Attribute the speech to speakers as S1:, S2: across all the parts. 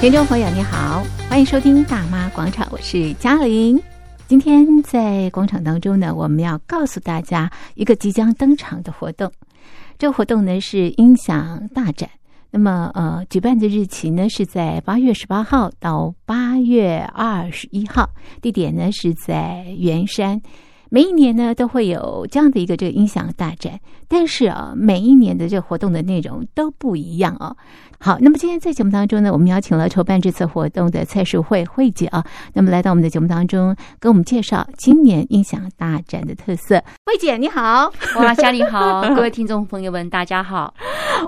S1: 听众朋友，你好，欢迎收听《大妈广场》，我是嘉玲。今天在广场当中呢，我们要告诉大家一个即将登场的活动。这个活动呢是音响大展，那么呃，举办的日期呢是在八月十八号到八月二十一号，地点呢是在圆山。每一年呢都会有这样的一个这个音响大展，但是啊，每一年的这个活动的内容都不一样哦。好，那么今天在节目当中呢，我们邀请了筹办这次活动的蔡淑慧慧姐啊，那么来到我们的节目当中，跟我们介绍今年音响大展的特色。慧姐你好，
S2: 哇，嘉玲好， 各位听众朋友们，大家好。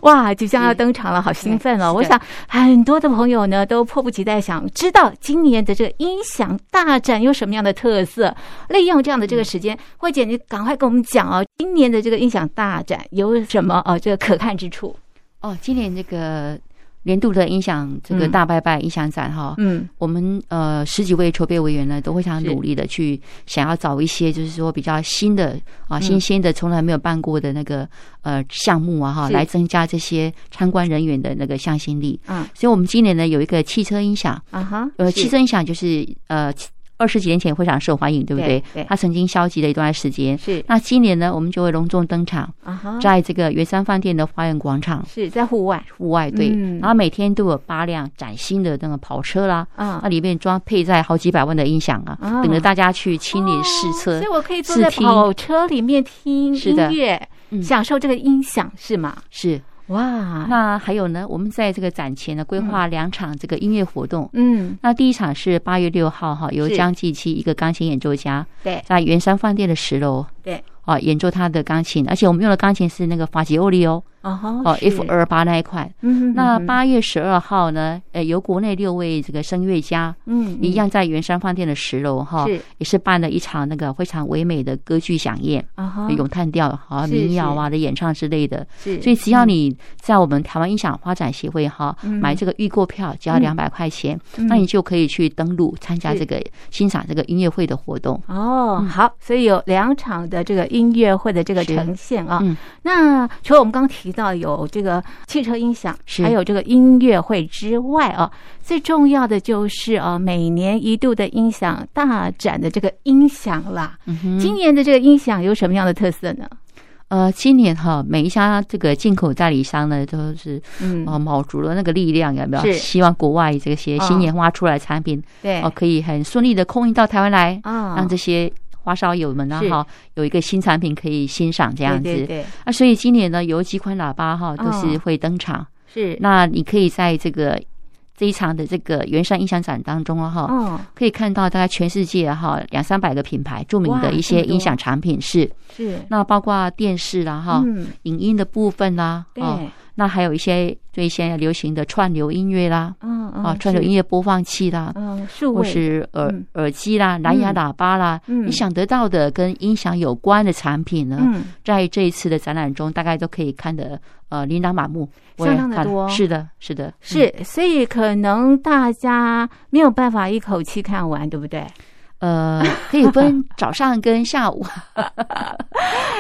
S1: 哇，即将要登场了，好兴奋哦！我想很多的朋友呢都迫不及待想知道今年的这个音响大展有什么样的特色。利用这样的这个时间，慧姐，你赶快跟我们讲哦，今年的这个音响大展有什么哦这个可看之处？
S2: 哦，今年这个年度的音响这个
S1: 嗯
S2: 大拜拜音响展哈，
S1: 嗯，
S2: 我们呃十几位筹备委员呢都非常努力的去想要找一些就是说比较新的啊
S1: 嗯
S2: 新鲜的从来没有办过的那个呃项目啊哈，
S1: 是
S2: 来增加这些参观人员的那个向心力。
S1: 嗯
S2: 所以我们今年呢有一个汽车音响，
S1: 啊哈，
S2: 呃，
S1: 是
S2: 汽车音响就是呃二十几年前非常受欢迎，对不
S1: 对
S2: 对？
S1: 对
S2: 它曾经消极了一段时间。
S1: 是
S2: 那今年呢，我们就会隆重登场，
S1: 啊哈，
S2: 在这个圆山饭店的花园广场
S1: 是在户外
S2: 户外对，
S1: 嗯
S2: 然后每天都有八辆崭新的那个跑车啦，
S1: 啊
S2: 那，里面装配在好几百万的音响啊，
S1: 啊
S2: 等着大家去亲临试
S1: 哦
S2: 车
S1: 所以。我可以坐在
S2: 试听
S1: 跑车里面听
S2: 是
S1: 音
S2: 的
S1: 乐，
S2: 嗯
S1: 享受这个音响是吗？
S2: 是，
S1: 哇，
S2: 那还有呢，我们在这个展前呢，规划两场这个音乐活动。
S1: 嗯，
S2: 那第一场是八月六号哈，由
S1: 是
S2: 江继期一个钢琴演奏家
S1: 对
S2: 在圆山饭店的十楼
S1: 对，
S2: 啊演奏他的钢琴，而且我们用的钢琴是那个法吉欧利哦，
S1: 哦哈，
S2: 哦
S1: 是
S2: F 二八那一款。
S1: 嗯，
S2: 那
S1: 嗯
S2: 八月十二号呢，呃，由国内六位这个声乐家，
S1: 嗯嗯
S2: 一样哦在圆山饭店的十楼哈，
S1: 是
S2: 也是办了一场那个非常唯美的歌剧响宴，
S1: 啊哈，
S2: 咏叹调啊、
S1: 是
S2: 民谣啊的演唱之类的。
S1: 是，
S2: 所以只要你在我们台湾音响发展协会哈、买这个预购票，只要
S1: 嗯
S2: 两百块钱，
S1: 嗯
S2: 那你就可以去登录参加
S1: 是
S2: 这个欣赏这个音乐会的活动。
S1: 哦，好，所以有两场的这个音乐会的这个
S2: 嗯是
S1: 呈现啊。
S2: 嗯
S1: 那除了我们刚刚提到有这个汽车音响，
S2: 是
S1: 还有这个音乐会之外啊，最重要的就是啊，每年一度的音响大展的这个音响啦。
S2: 嗯哼。
S1: 今年的这个音响有什么样的特色呢？
S2: 呃，今年哈，每一家这个进口代理商呢，都是
S1: 嗯，
S2: 哦，卯足了那个力量，有没
S1: 是
S2: 有？希望国外这些新
S1: 嗯
S2: 研发出来的产品
S1: 对
S2: 哦，可以很顺利的空运到台湾来，
S1: 啊
S2: 让这些花烧友们呢
S1: 是
S2: 哈有一个新产品可以欣赏这
S1: 这
S2: 样
S1: 对对
S2: 子。
S1: 对
S2: 啊，所以今年呢有几款喇叭哈都是
S1: 嗯
S2: 会登场，
S1: 是
S2: 那你可以在这个这一场的这个圆山音响展当中啊哈。
S1: 哦
S2: 可以看到，大概全世界哈两三百个品牌著名
S1: 哇
S2: 的一
S1: 这
S2: 些
S1: 么多
S2: 音响产品是，
S1: 是
S2: 那包括电视啦哈、
S1: 嗯
S2: 影音的部分啦，
S1: 对嗯
S2: 哦，那还有一些最现在流行的串流音乐啦，
S1: 嗯
S2: 啊，串流音乐播放器啦，
S1: 嗯数
S2: 或
S1: 位
S2: 是耳
S1: 嗯
S2: 耳机啦、蓝牙
S1: 嗯
S2: 喇叭啦，
S1: 嗯
S2: 你想得到的跟音响有关的产品呢，
S1: 嗯
S2: 在这一次的展览中，大概都可以看得呃琳琅满目，我也
S1: 相当的
S2: 看
S1: 多
S2: 是的，是的，嗯
S1: 是，所以可能大家没有办法一口气看完，对不对？
S2: 呃，可以 分早上跟下午，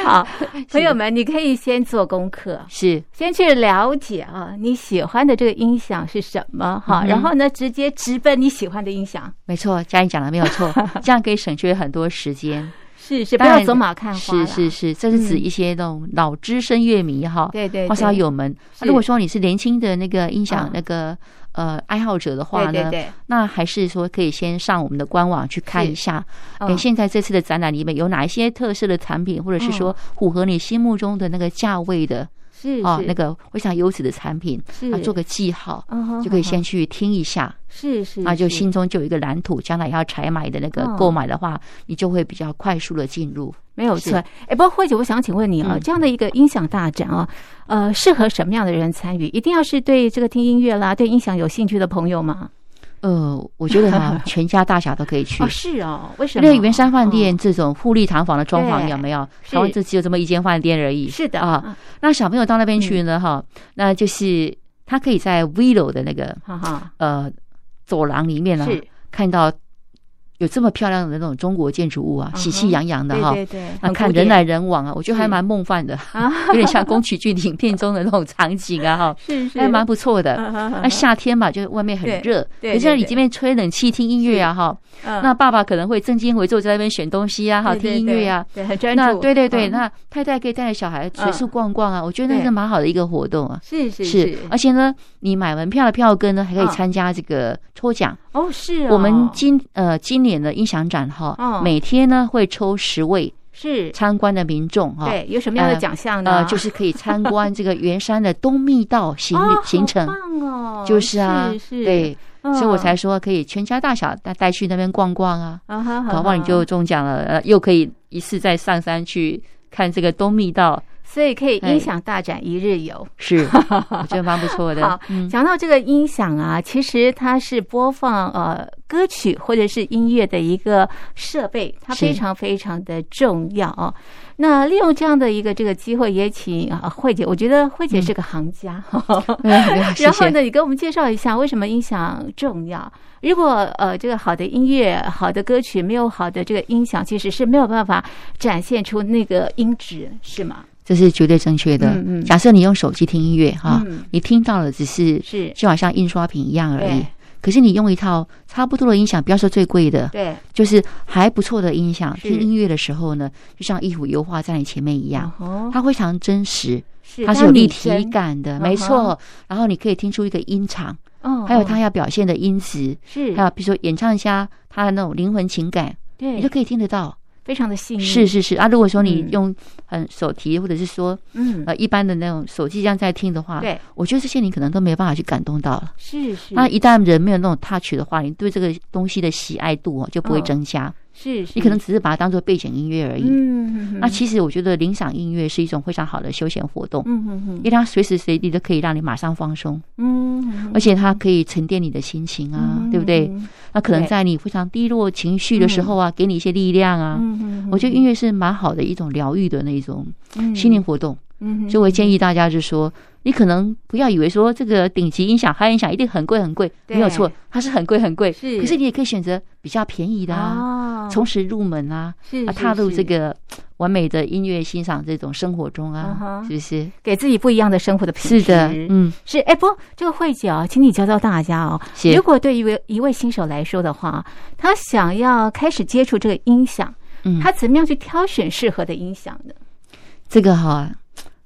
S1: 好，朋友们，你可以先做功课，
S2: 是
S1: 先去了解啊，你喜欢的这个音响是什么哈，
S2: 嗯哼
S1: 然后呢，直接直奔你喜欢的音响，
S2: 没错，佳怡讲的没有 错，这样可以省去很多时间。
S1: 是是，不
S2: 当
S1: 要
S2: 然
S1: 走马看花
S2: 是
S1: 啦
S2: 是，是，这是指
S1: 嗯
S2: 一些那种老资深乐迷哈，
S1: 对对，
S2: 花烧
S1: 对，
S2: 友们。
S1: 啊是
S2: 啊如果说你是年轻的那个音响
S1: 嗯
S2: 那个呃爱好者的话
S1: 对对
S2: 呢，
S1: 对，
S2: 那还是说可以先上我们的官网去看一下，哎，
S1: 嗯
S2: 现在这次的展览里面有哪一些特色的产品，或者是说符合你心目中的那个价位的
S1: 嗯是
S2: 哦
S1: 是，
S2: 那个非常优质的产品，
S1: 是
S2: 啊，做个记号。
S1: 嗯哼
S2: 就可以
S1: 哼哼
S2: 先去听一下，
S1: 是是，
S2: 啊，就是心中就有一个蓝图，将来要采买的那个
S1: 嗯
S2: 购买的话，你就会比较快速的进入。
S1: 没有
S2: 是
S1: 错。哎，不过慧姐，我想请问你啊，
S2: 嗯
S1: 这样的一个音响大展啊，呃，适合什么样的人参与？一定要是对这个听音乐啦、对音响有兴趣的朋友吗？
S2: 呃，我觉得 哈，全家大小都可以去
S1: 哦，，是哦，为什
S2: 因
S1: 么？
S2: 为圆山饭店这种富丽堂皇的装潢
S1: 对
S2: 有没有？
S1: 是
S2: 台湾就只有这么一间饭店而已。
S1: 嗯是的
S2: 啊，，那小朋友到那边去
S1: 嗯
S2: 呢，哈，那就是他可以在 v i l o 的那个
S1: 啊哈哈，
S2: 呃走廊里面呢，
S1: 是
S2: 看到有这么漂亮的那种中国建筑物啊，
S1: 嗯哼
S2: 喜气洋洋的哈。
S1: 对对对，
S2: 啊，
S1: 很
S2: 看
S1: 古
S2: 人
S1: 典
S2: 来人往啊，我觉得还
S1: 是
S2: 蛮梦幻的，
S1: 啊，
S2: 有点像宫崎骏影片中的那种场景啊，哈，
S1: 是 是嗯
S2: 还蛮不错的。哎那
S1: 那
S2: 夏天嘛，就是外面很
S1: 对
S2: 热，
S1: 对
S2: 可是
S1: 对
S2: 你
S1: 对
S2: 这边吹冷气、听音乐啊，哈，那
S1: 那
S2: 爸爸可能会正襟危坐在那边选东西啊，哈，听音乐啊。，
S1: 嗯对对对对很专
S2: 那
S1: 注，
S2: 对对对，
S1: 嗯
S2: 那太太可以带着小孩随
S1: 嗯
S2: 处逛逛啊，我觉得那
S1: 对
S2: 是蛮好的一个活动啊。
S1: 是是
S2: 是，而且呢，你买门票的票根呢，还可以
S1: 嗯
S2: 参加这个抽奖。
S1: 哦是哦，
S2: 我们今呃今年的音响展哈
S1: 嗯，
S2: 每天呢会抽十位
S1: 是
S2: 参观的民众哈，
S1: 对嗯啊有什么样的
S2: 呃
S1: 奖项呢？
S2: 呃，就是可以参观这个圆山的东密道 行
S1: 哦好
S2: 行程，
S1: 棒哦，
S2: 就是啊，
S1: 是，
S2: 对，
S1: 嗯
S2: 所以我才说可以全家大小带带去那边逛逛啊，
S1: 啊哈，
S2: 搞不好你就
S1: 啊
S2: 中奖了，呃，又可以一次再上山去看这个东密道，
S1: 所以可以
S2: 哎
S1: 音响大展一日游。
S2: 是，我觉得蛮不错的
S1: 好。
S2: 嗯，
S1: 讲到这个音响啊，其实它是播放呃歌曲或者是音乐的一个设备，它
S2: 是
S1: 非常非常的重要哦。那利用这样的一个这个机会，也请啊慧姐，我觉得慧姐是个行家。
S2: 没哎有没有， 谢
S1: 然后
S2: 谢。
S1: 呢，你给我们介绍一下为什么音响重要？如果呃这个好的音乐、好的歌曲没有好的这个音响，其实是没有办法展现出那个音质，是吗？
S2: 这是绝对正确的。
S1: 嗯嗯
S2: 假设你用手机听音乐哈
S1: 嗯，
S2: 你听到了只是
S1: 是，
S2: 就好像印刷品一样而已
S1: 对。
S2: 可是你用一套差不多的音响，不要说最贵的，
S1: 对，
S2: 就是还不错的音响，
S1: 是
S2: 听音乐的时候呢，就像一幅油画在你前面一样，
S1: 哦，
S2: 它非常真实，
S1: 是
S2: 它是有立体，感的，
S1: 嗯
S2: 没错
S1: 哼。
S2: 然后你可以听出一个音场，
S1: 哦，
S2: 还有它要表现的音质，
S1: 是
S2: 还有比如说演唱家他的那种灵魂情感，你
S1: 对
S2: 就，可以听得到。
S1: 非常的细腻，
S2: 是，是是啊，如果说你
S1: 嗯
S2: 用嗯手提或者是说
S1: 嗯，
S2: 呃一啊般的那种手机这样在听的话，
S1: 对，
S2: 我觉得这些你可能都没办法去感动到了。
S1: 是是，
S2: 那一旦人没有那种 touch 的话，你对这个东西的喜爱度哦就不会
S1: 嗯
S2: 增加，
S1: 是是，
S2: 你可能只是把它当做背景音乐而已。
S1: 嗯，
S2: 那其实我觉得领赏音乐是一种非常好的休闲活动，
S1: 嗯嗯
S2: 因为它随时随地都可以让你马上放松，
S1: 嗯，
S2: 而且它可以沉淀你的心情啊，对不对？
S1: 嗯
S2: 那可能
S1: 对
S2: 在你非常低落情绪的时候啊，给你一些力量啊。
S1: 嗯，
S2: 我觉得音乐是蛮好的一种疗愈的那种心灵活动，
S1: 嗯，
S2: 所以我
S1: 会
S2: 会建议大家就是说，你可能不要以为说这个顶级音响、嗨音响一定很贵很贵，
S1: 对
S2: 没有错，它是很贵很贵，
S1: 是
S2: 可是你也可以选择比较便宜的啊，
S1: 啊
S2: 从此入门啊，
S1: 是
S2: 啊，
S1: 是
S2: 踏入
S1: 是
S2: 这个完美的音乐欣赏这种生活中啊
S1: 嗯，哼
S2: 是不是？
S1: 给自己不一样的生活的品质。
S2: 是的，嗯，
S1: 是哎，不，这个慧姐啊，请你教教大家哦。
S2: 是
S1: 如，果对一位一位新手来说的话，他想要开始接触这个音响，
S2: 嗯，
S1: 他怎么样去挑选适合的音响呢？
S2: 这个哈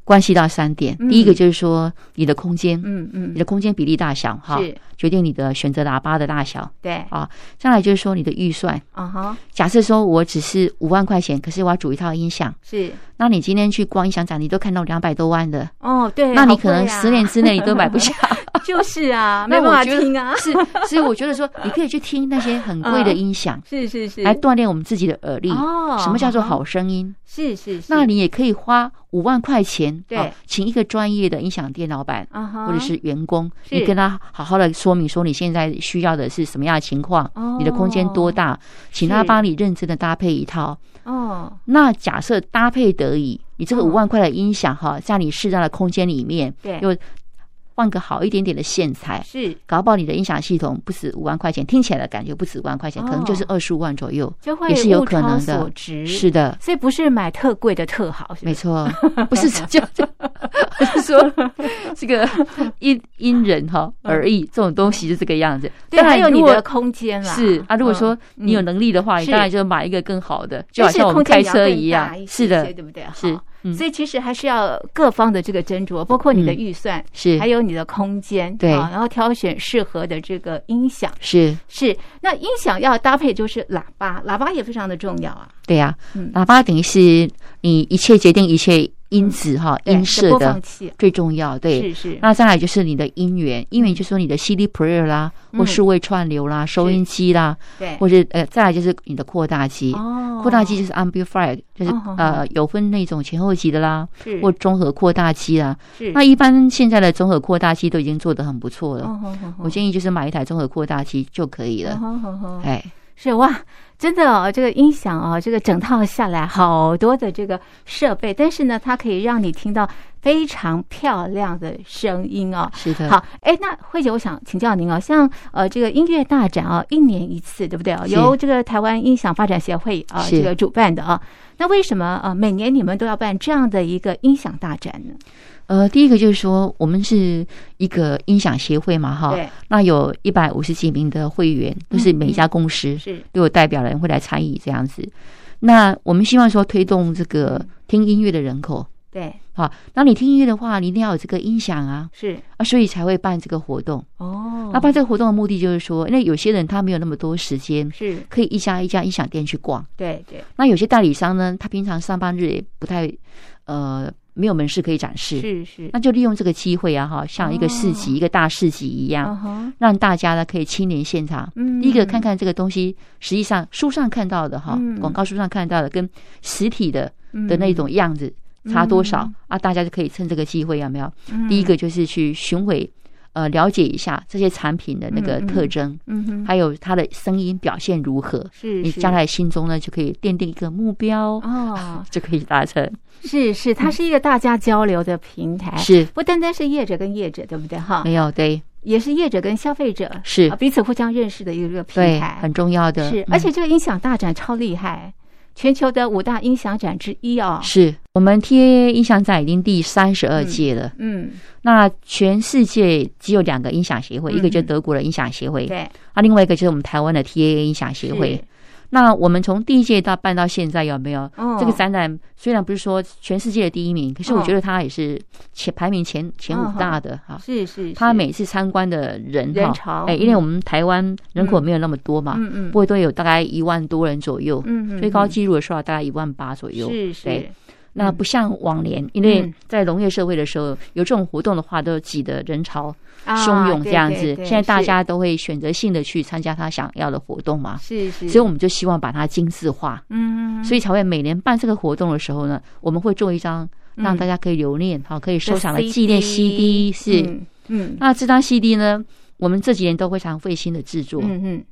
S2: 关系到三点，
S1: 嗯
S2: 第一个就是说你的空间，
S1: 嗯
S2: 你
S1: 嗯，
S2: 的空间比例大小哈，
S1: 是，
S2: 决定你的选择喇叭的大小
S1: 对，
S2: 啊。再来就是说你的预算，
S1: 啊哈，
S2: 假设说我只是五万块钱，可是我要组一套音响，
S1: 是，
S2: 那你今天去逛音响展，你都看到两百多万的，
S1: 哦，对，
S2: 那你
S1: 好
S2: 可能
S1: 贵啊
S2: 十年之内你都买不下。
S1: 就是 啊，没
S2: 那
S1: 办法
S2: 我觉得
S1: 听啊，
S2: 是，所以我觉得说，你可以去听那些很贵的音响，
S1: 是是嗯是，
S2: 来锻炼我们自己的耳力。
S1: 哦，
S2: 什么叫做
S1: 啊？
S2: 好声音？
S1: 是是是，
S2: 那你也可以花五万块钱，
S1: 对
S2: 啊请一个专业的音响店老板
S1: 啊哈，
S2: 或者是员工，
S1: 是
S2: 你跟他好好的说明说你现在需要的是什么样的情况，
S1: 哦
S2: 你的空间多大，请他
S1: 是
S2: 帮你认真的搭配一套。
S1: 哦，
S2: 那假设搭配得宜，你这个
S1: 嗯
S2: 五万块的音响哈，在你适当的空间里面，
S1: 对，
S2: 又换个好一点点的线材，
S1: 是
S2: 搞不好你的音响系统不止五万块钱，听起来的感觉不止五万块钱，
S1: 哦嗯
S2: 可能就是二十五万左右。
S1: 就会
S2: 也是有
S1: 物
S2: 可能
S1: 超
S2: 的
S1: 所值
S2: 是的，
S1: 所以不是买特贵的特好，是不
S2: 没
S1: 是
S2: 错，不是这样，我是说 这个因因人哈而异，这种东西就这个样子。
S1: 嗯对，
S2: 当然
S1: 还有你
S2: 如
S1: 的
S2: 果
S1: 空间啦。
S2: 是啊，如果
S1: 嗯
S2: 说你有
S1: 嗯
S2: 能力的话，你
S1: 是
S2: 当然就买一个更好的，就
S1: 就
S2: 好
S1: 是
S2: 像我们
S1: 空间
S2: 开
S1: 也要
S2: 车
S1: 更
S2: 一
S1: 大
S2: 样。
S1: 一
S2: 是
S1: 些
S2: 的，
S1: 对不对？
S2: 是
S1: 好，
S2: 嗯，
S1: 所以其实还是要各方的这个斟酌，包括你的
S2: 嗯
S1: 预算，
S2: 是
S1: 还有你的空间，啊
S2: 对
S1: 好然后挑选适合的这个音响。
S2: 是，
S1: 是，那音响要搭配就是喇叭，喇叭也非常的重要啊。
S2: 对呀、
S1: 嗯
S2: 喇叭等于是你一切决定一切音质哈，
S1: 对
S2: 音
S1: 这
S2: 色
S1: 播放
S2: 的
S1: 器啊
S2: 最重要。对，
S1: 是是，
S2: 那再来就是你的音源，音源就说你的 CD player 啦，
S1: 嗯
S2: 或数位串流啦，收音机啦，
S1: 对，
S2: 或者呃，再来就是你的扩大机。
S1: 哦
S2: 扩大机就是 amplifier，就是、
S1: 哦哦
S2: 呃有分那种前后级的啦，
S1: 是
S2: 或综合扩大机啦。
S1: 是
S2: 那一般现在的综合扩大机都已经做得很不错了，
S1: 哦，
S2: 我建议就是买一台综合扩大机就可以
S1: 议
S2: 了。
S1: 了。
S2: 哎，
S1: 是哇，真的哦，这个音响哦，这个整套下来好多的这个设备，但是呢，它可以让你听到非常漂亮的声音哦。
S2: 是的，
S1: 好，哎，那慧姐，我想请教您哦，像呃这个音乐大展啊、一年一次，对不对啊？
S2: 是
S1: 由这个台湾音响发展协会啊、
S2: 是
S1: 这个主办的啊，那为什么呃每年你们都要办这样的一个音响大展呢？
S2: 呃，第一个就是说，我们是一个音响协会嘛，哈，
S1: 对，
S2: 那有一百五十几名的会员，都
S1: 嗯
S2: 是每一家公司
S1: 是
S2: 都有代表人会来参与这样子。那我们希望说推动这个听音乐的人口，
S1: 对
S2: 好，那你听音乐的话，你一定要有这个音响啊，
S1: 是
S2: 啊，所以才会办这个活动。
S1: 哦，
S2: 那办这个活动的目的就是说，因为有些人他没有那么多时间，
S1: 是
S2: 可以一家一家音响店去逛。
S1: 对对
S2: 那有些代理商呢，他平常上班日也不太，呃，没有门市可以展示，
S1: 是哦是，
S2: 那就利用这个机会啊，哈，像一个市集、一个大市集一样，
S1: 嗯哼
S2: 让大家呢可以亲临现场。
S1: 嗯，
S2: 第一个看看这个东西，实际上书上看到的哈
S1: 嗯，
S2: 广告书上看到的跟实体的
S1: 嗯
S2: 的那种样子差多少
S1: 嗯
S2: 啊？大家就可以趁这个机会有没有？第一，个就是去巡回，呃，了解一下这些产品的那个
S1: 嗯嗯
S2: 特征，
S1: 嗯嗯哼，
S2: 还有它的声音表现如何。
S1: 是
S2: 你
S1: 是
S2: 将来心中呢就可以奠定一个目标，
S1: 哦，
S2: 就可以达成。
S1: 是是，它是一个大家交流的平台，
S2: 嗯是
S1: 不单单是业者跟业者，对不对哈？
S2: 没有对，
S1: 也是业者跟消费者
S2: 是
S1: 啊彼此互相认识的一个平
S2: 对，
S1: 台。
S2: 很重要的。
S1: 是
S2: 嗯，
S1: 而且这个音响大展超厉害，全球的五大音响展之一哦。
S2: 是我们 TA 音响展已经第三十二届了。
S1: 嗯，
S2: 那全世界只有两个音响协会，
S1: 嗯
S2: 一个就是德国的音响协会，
S1: 对，
S2: 啊，另外一个就是我们台湾的 TAA 音响协会
S1: 是。
S2: 那我们从第一届到办到现在，有没有、
S1: 哦
S2: 这个展览？虽然不是说全世界的第一名，可是我
S1: 哦
S2: 觉得它也是前排名前前
S1: 嗯
S2: 五
S1: 哼
S2: 大的哈。
S1: 是是，
S2: 它
S1: 是
S2: 每次参观的人
S1: 人
S2: 哈，
S1: 潮，
S2: 哎，因为我们台湾人口没有那么多嘛，
S1: 嗯嗯
S2: 不会都有大概一万多人左右，
S1: 嗯嗯
S2: 最高
S1: 嗯
S2: 纪录的时候大概一万八左右。
S1: 是嗯是
S2: 对那不像往年，因为在农业社会的时候，有这种活动的话，都挤得人潮
S1: 啊
S2: 汹涌这样子。
S1: 对对对
S2: 现在大
S1: 是
S2: 家都会选择性的去参加他想要的活动嘛，
S1: 是是，
S2: 所以我们就希望把它精致化，
S1: 嗯，
S2: 所以才会每年办这个活动的时候呢，我们会做一张让大
S1: 家
S2: 家可以留念、好可以收藏的纪念 CD 是。
S1: 嗯
S2: 那这张 CD 呢，我们这几年都非常费心的制作，
S1: 嗯嗯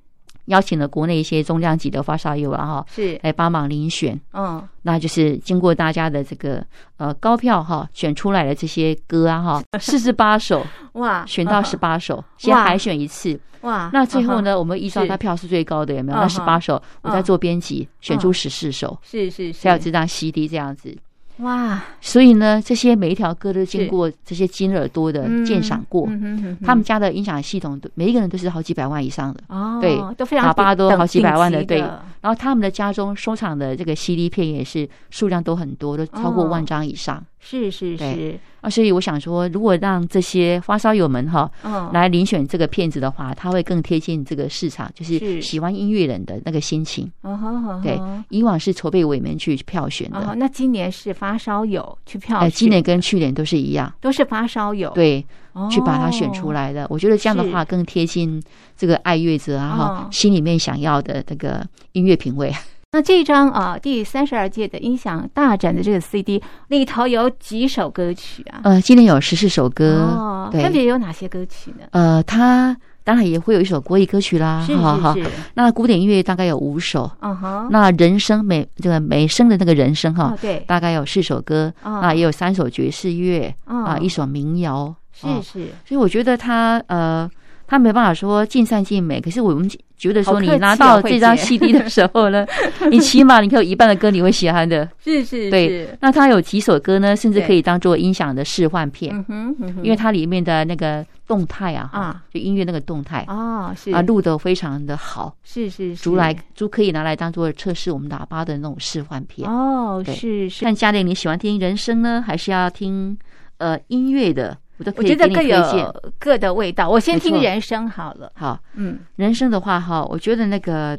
S2: 邀请了国内一些重量级的发烧友啊哈
S1: 是
S2: 来帮忙遴选。
S1: 嗯
S2: 那就是经过大家的这个呃高票哈选出来的这些歌 啊哈，四十八首
S1: 哇哦
S2: 选到十八首，先海选一次。
S1: 哇
S2: 那最
S1: 嗯
S2: 后
S1: 哼
S2: 呢，我们依照
S1: 是
S2: 他票数最高的有没有？
S1: 嗯
S2: 那十八首，
S1: 嗯
S2: 我再做编辑，选出十四首，
S1: 是是是
S2: 才有这张 CD 这样子。
S1: 哇
S2: 所以呢，这些每一条歌都经
S1: 是
S2: 过这些金耳朵的
S1: 嗯
S2: 鉴赏过，
S1: 嗯哼哼哼
S2: 他们家的音响系统都每一个人都是好几百万以上的。
S1: 哦，
S2: 对
S1: 都非常
S2: 喇叭都
S1: 顶
S2: 好几百万的
S1: 顶级
S2: 对然后他们的家中收藏的这个 CD 片也是数量都很多，都超过
S1: 哦
S2: 万张以上。
S1: 是是
S2: 对
S1: 是，
S2: 啊，所以我想说，如果让这些发烧友们哈
S1: 嗯，
S2: 来遴选这个片子的话，他会更贴近这个市场，就是是喜欢音乐人的那个心情。
S1: 嗯哼，嗯
S2: 对
S1: 哼
S2: 以往是筹备委员去票选
S1: 嗯
S2: 的
S1: 哼，那今年是发烧友去票
S2: 呃，
S1: 选，
S2: 今年跟去年都是一样，
S1: 都是发烧友，哦
S2: 对，去把它选出
S1: 来，
S2: 来的。我觉得这样的话更贴近这个爱乐者啊哈
S1: 哦
S2: 心里面想要的那个音乐品味。
S1: 那这张啊、呃第三十二届的音响大展的这个 CD 里头有几首歌曲啊？
S2: 呃，今年有十四首歌，
S1: 哦，
S2: 呃对
S1: 分别有哪些歌曲呢？
S2: 呃，它当然也会有一首国语歌曲啦，
S1: 是
S2: 哈哈。
S1: 是是，
S2: 那古典音乐大概有五首，
S1: 嗯哼，
S2: 那人声美这个美声的那个人声哈
S1: 哦，对，嗯
S2: 大概有四首歌，啊，也有三首爵士乐啊，
S1: 啊
S2: 一首民谣。
S1: 是
S2: 啊
S1: 是，
S2: 所以我觉得他呃，他没办法说尽善尽美，可是我们觉得
S1: 好客
S2: 说你
S1: 气哦
S2: 拿到
S1: 慧
S2: 这张
S1: 姐
S2: CD 的时 候呢，你起码你可以有一半的歌你会喜欢的。
S1: 是是
S2: 对
S1: 是，
S2: 那他有几首歌呢，甚至
S1: 对
S2: 可以当做音响的示范片，
S1: 嗯哼，嗯哼
S2: 因为它里面的那个动态啊，
S1: 啊
S2: 就音乐那个动态
S1: 哦是
S2: 啊，录得非常的好。
S1: 是是是
S2: 竹来竹可以拿来当做测试我们喇叭的那种示范片。
S1: 哦
S2: 对
S1: 是是，
S2: 看家里你喜欢听人声呢，还是要听呃音乐的？我都
S1: 我
S2: 可以
S1: 觉得
S2: 给你
S1: 各
S2: 推荐。
S1: 有各的味道。我先
S2: 没
S1: 听
S2: 错
S1: 人声好了，
S2: 好，
S1: 嗯
S2: 人声的话哈，我觉得那个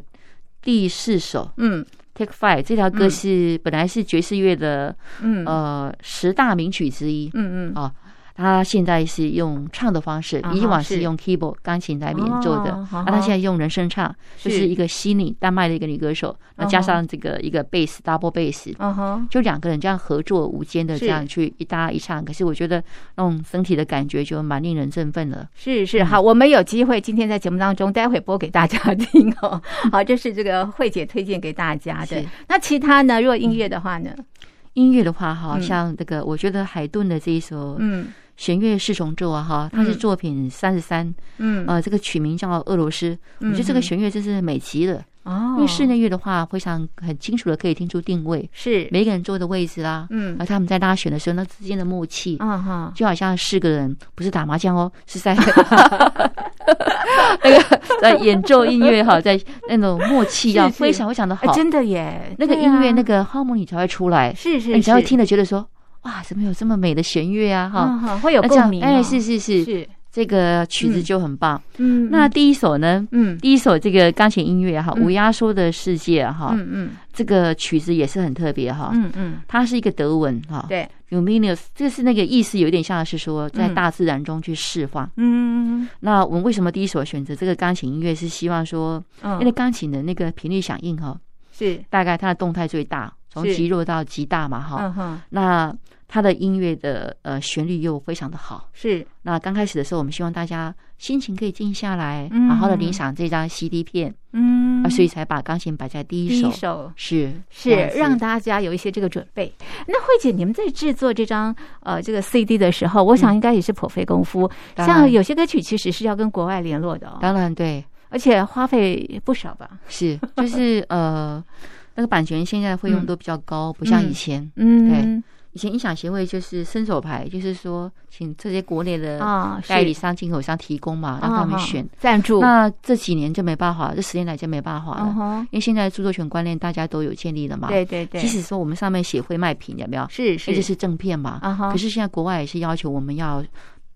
S2: 第四首
S1: 嗯
S2: Take Five 这条歌
S1: 嗯
S2: 是、本来是爵士乐的
S1: 嗯
S2: 呃十大名曲之一
S1: 嗯嗯
S2: 啊。他现在是用唱的方式
S1: 啊，哈
S2: 以往是
S1: 是
S2: 用 keyboard 钢琴来演奏的
S1: 哦，好
S2: 啊，他
S1: 好
S2: 现在用人声唱，就是是一个悉尼丹麦的一个女歌手，那
S1: 嗯
S2: 加
S1: 哼
S2: 上这个一个 bass double bass，
S1: 嗯哼，
S2: 就两个人这样合作无间的
S1: 是
S2: 这样去一搭一唱，可是我觉得那种身体的感觉就蛮令人振奋的。
S1: 是是，好，我们有机会今天在节目当中，待会播给大家听哦。好，这是这个慧姐推荐给大家的
S2: 嗯是。
S1: 那其他呢？若音乐的话呢？
S2: 啊音乐的话，哈，
S1: 嗯
S2: 像这个，我觉得海顿的这一首《
S1: 嗯
S2: 弦乐四重奏》啊，哈，它是作品三十三，
S1: 嗯，
S2: 呃，这个曲名叫《俄罗斯》，我觉得这个弦乐真是美极了。
S1: 哦
S2: 因为室内乐的话，非常很清楚的可以听出定位，
S1: 是
S2: 每一个人坐的位置啦，
S1: 嗯
S2: 而他们在拉弦的时候，那之间的默契，
S1: 啊哈
S2: 就好像四个人不是打麻 将哦，是在 那个在演奏音乐 哈，在那种默契要
S1: 是是
S2: 非常非常的好
S1: 哎，，真的耶，
S2: 那个
S1: 对
S2: 音乐
S1: 啊
S2: 那个 harmony 才会出来，
S1: 是是，
S2: 你才会
S1: 是
S2: 听了觉得说哇，怎么有这么美的弦乐啊哈，
S1: 嗯哼会有
S2: 那这样
S1: 共鸣哦。
S2: 哎，是是是，
S1: 是，
S2: 这个曲子
S1: 嗯
S2: 就很棒。
S1: 嗯，
S2: 那第一首呢？
S1: 嗯
S2: 第一首这个钢琴音乐哈，
S1: 嗯
S2: 无压缩的世界哈，
S1: 嗯嗯
S2: 这个曲子也是很特别哈。
S1: 嗯嗯，
S2: 它是一个德文哈
S1: 对，
S2: ，Humanius，这是那个意思，有点像是说在
S1: 嗯
S2: 大自然中去释放。
S1: 嗯
S2: 那我们为什么第一首选择这个钢琴音乐？是希望说，
S1: 嗯，
S2: 因为钢琴的那个频率响应哈，
S1: 是
S2: 大概它的动态最大，从
S1: 是
S2: 极弱到极大嘛哈。
S1: 嗯哼
S2: 那它的音乐的呃旋律又非常的好。
S1: 是
S2: 那刚开始的时候，我们希望大家心情可以静下来，
S1: 嗯
S2: 好好的欣赏这张 CD 片、
S1: 嗯
S2: 啊，所以才把钢琴摆在第
S1: 第
S2: 一首，
S1: 一首
S2: 是
S1: 是
S2: 这样子
S1: 让大家有一些这个准备。那慧姐，你们在制作这张呃这个 CD 的时候，我想应该也是颇费功夫。
S2: 当然
S1: 像有些歌曲其实是要跟国外联络的哦，
S2: 当然对，
S1: 而且花费不少吧？
S2: 是就是呃，那个版权现在费用
S1: 嗯
S2: 都比较高，不像
S1: 嗯
S2: 以前。
S1: 嗯，
S2: 以前音响协会就是伸手牌，就是说请这些国内的
S1: 啊，
S2: 代理
S1: 是
S2: 商、进口商提供嘛，让他们选
S1: 啊。啊赞助。
S2: 那这几年就没办法，这十年来就没办法
S1: 嗯
S2: 了，
S1: 哼，
S2: 因为现在著作权观念大家都有建立了嘛。，
S1: 对对对，
S2: 即使说我们上面写会卖品有没有？
S1: 是
S2: 那就是是正片嘛。
S1: 啊哈
S2: 可是现在国外也是要求我们要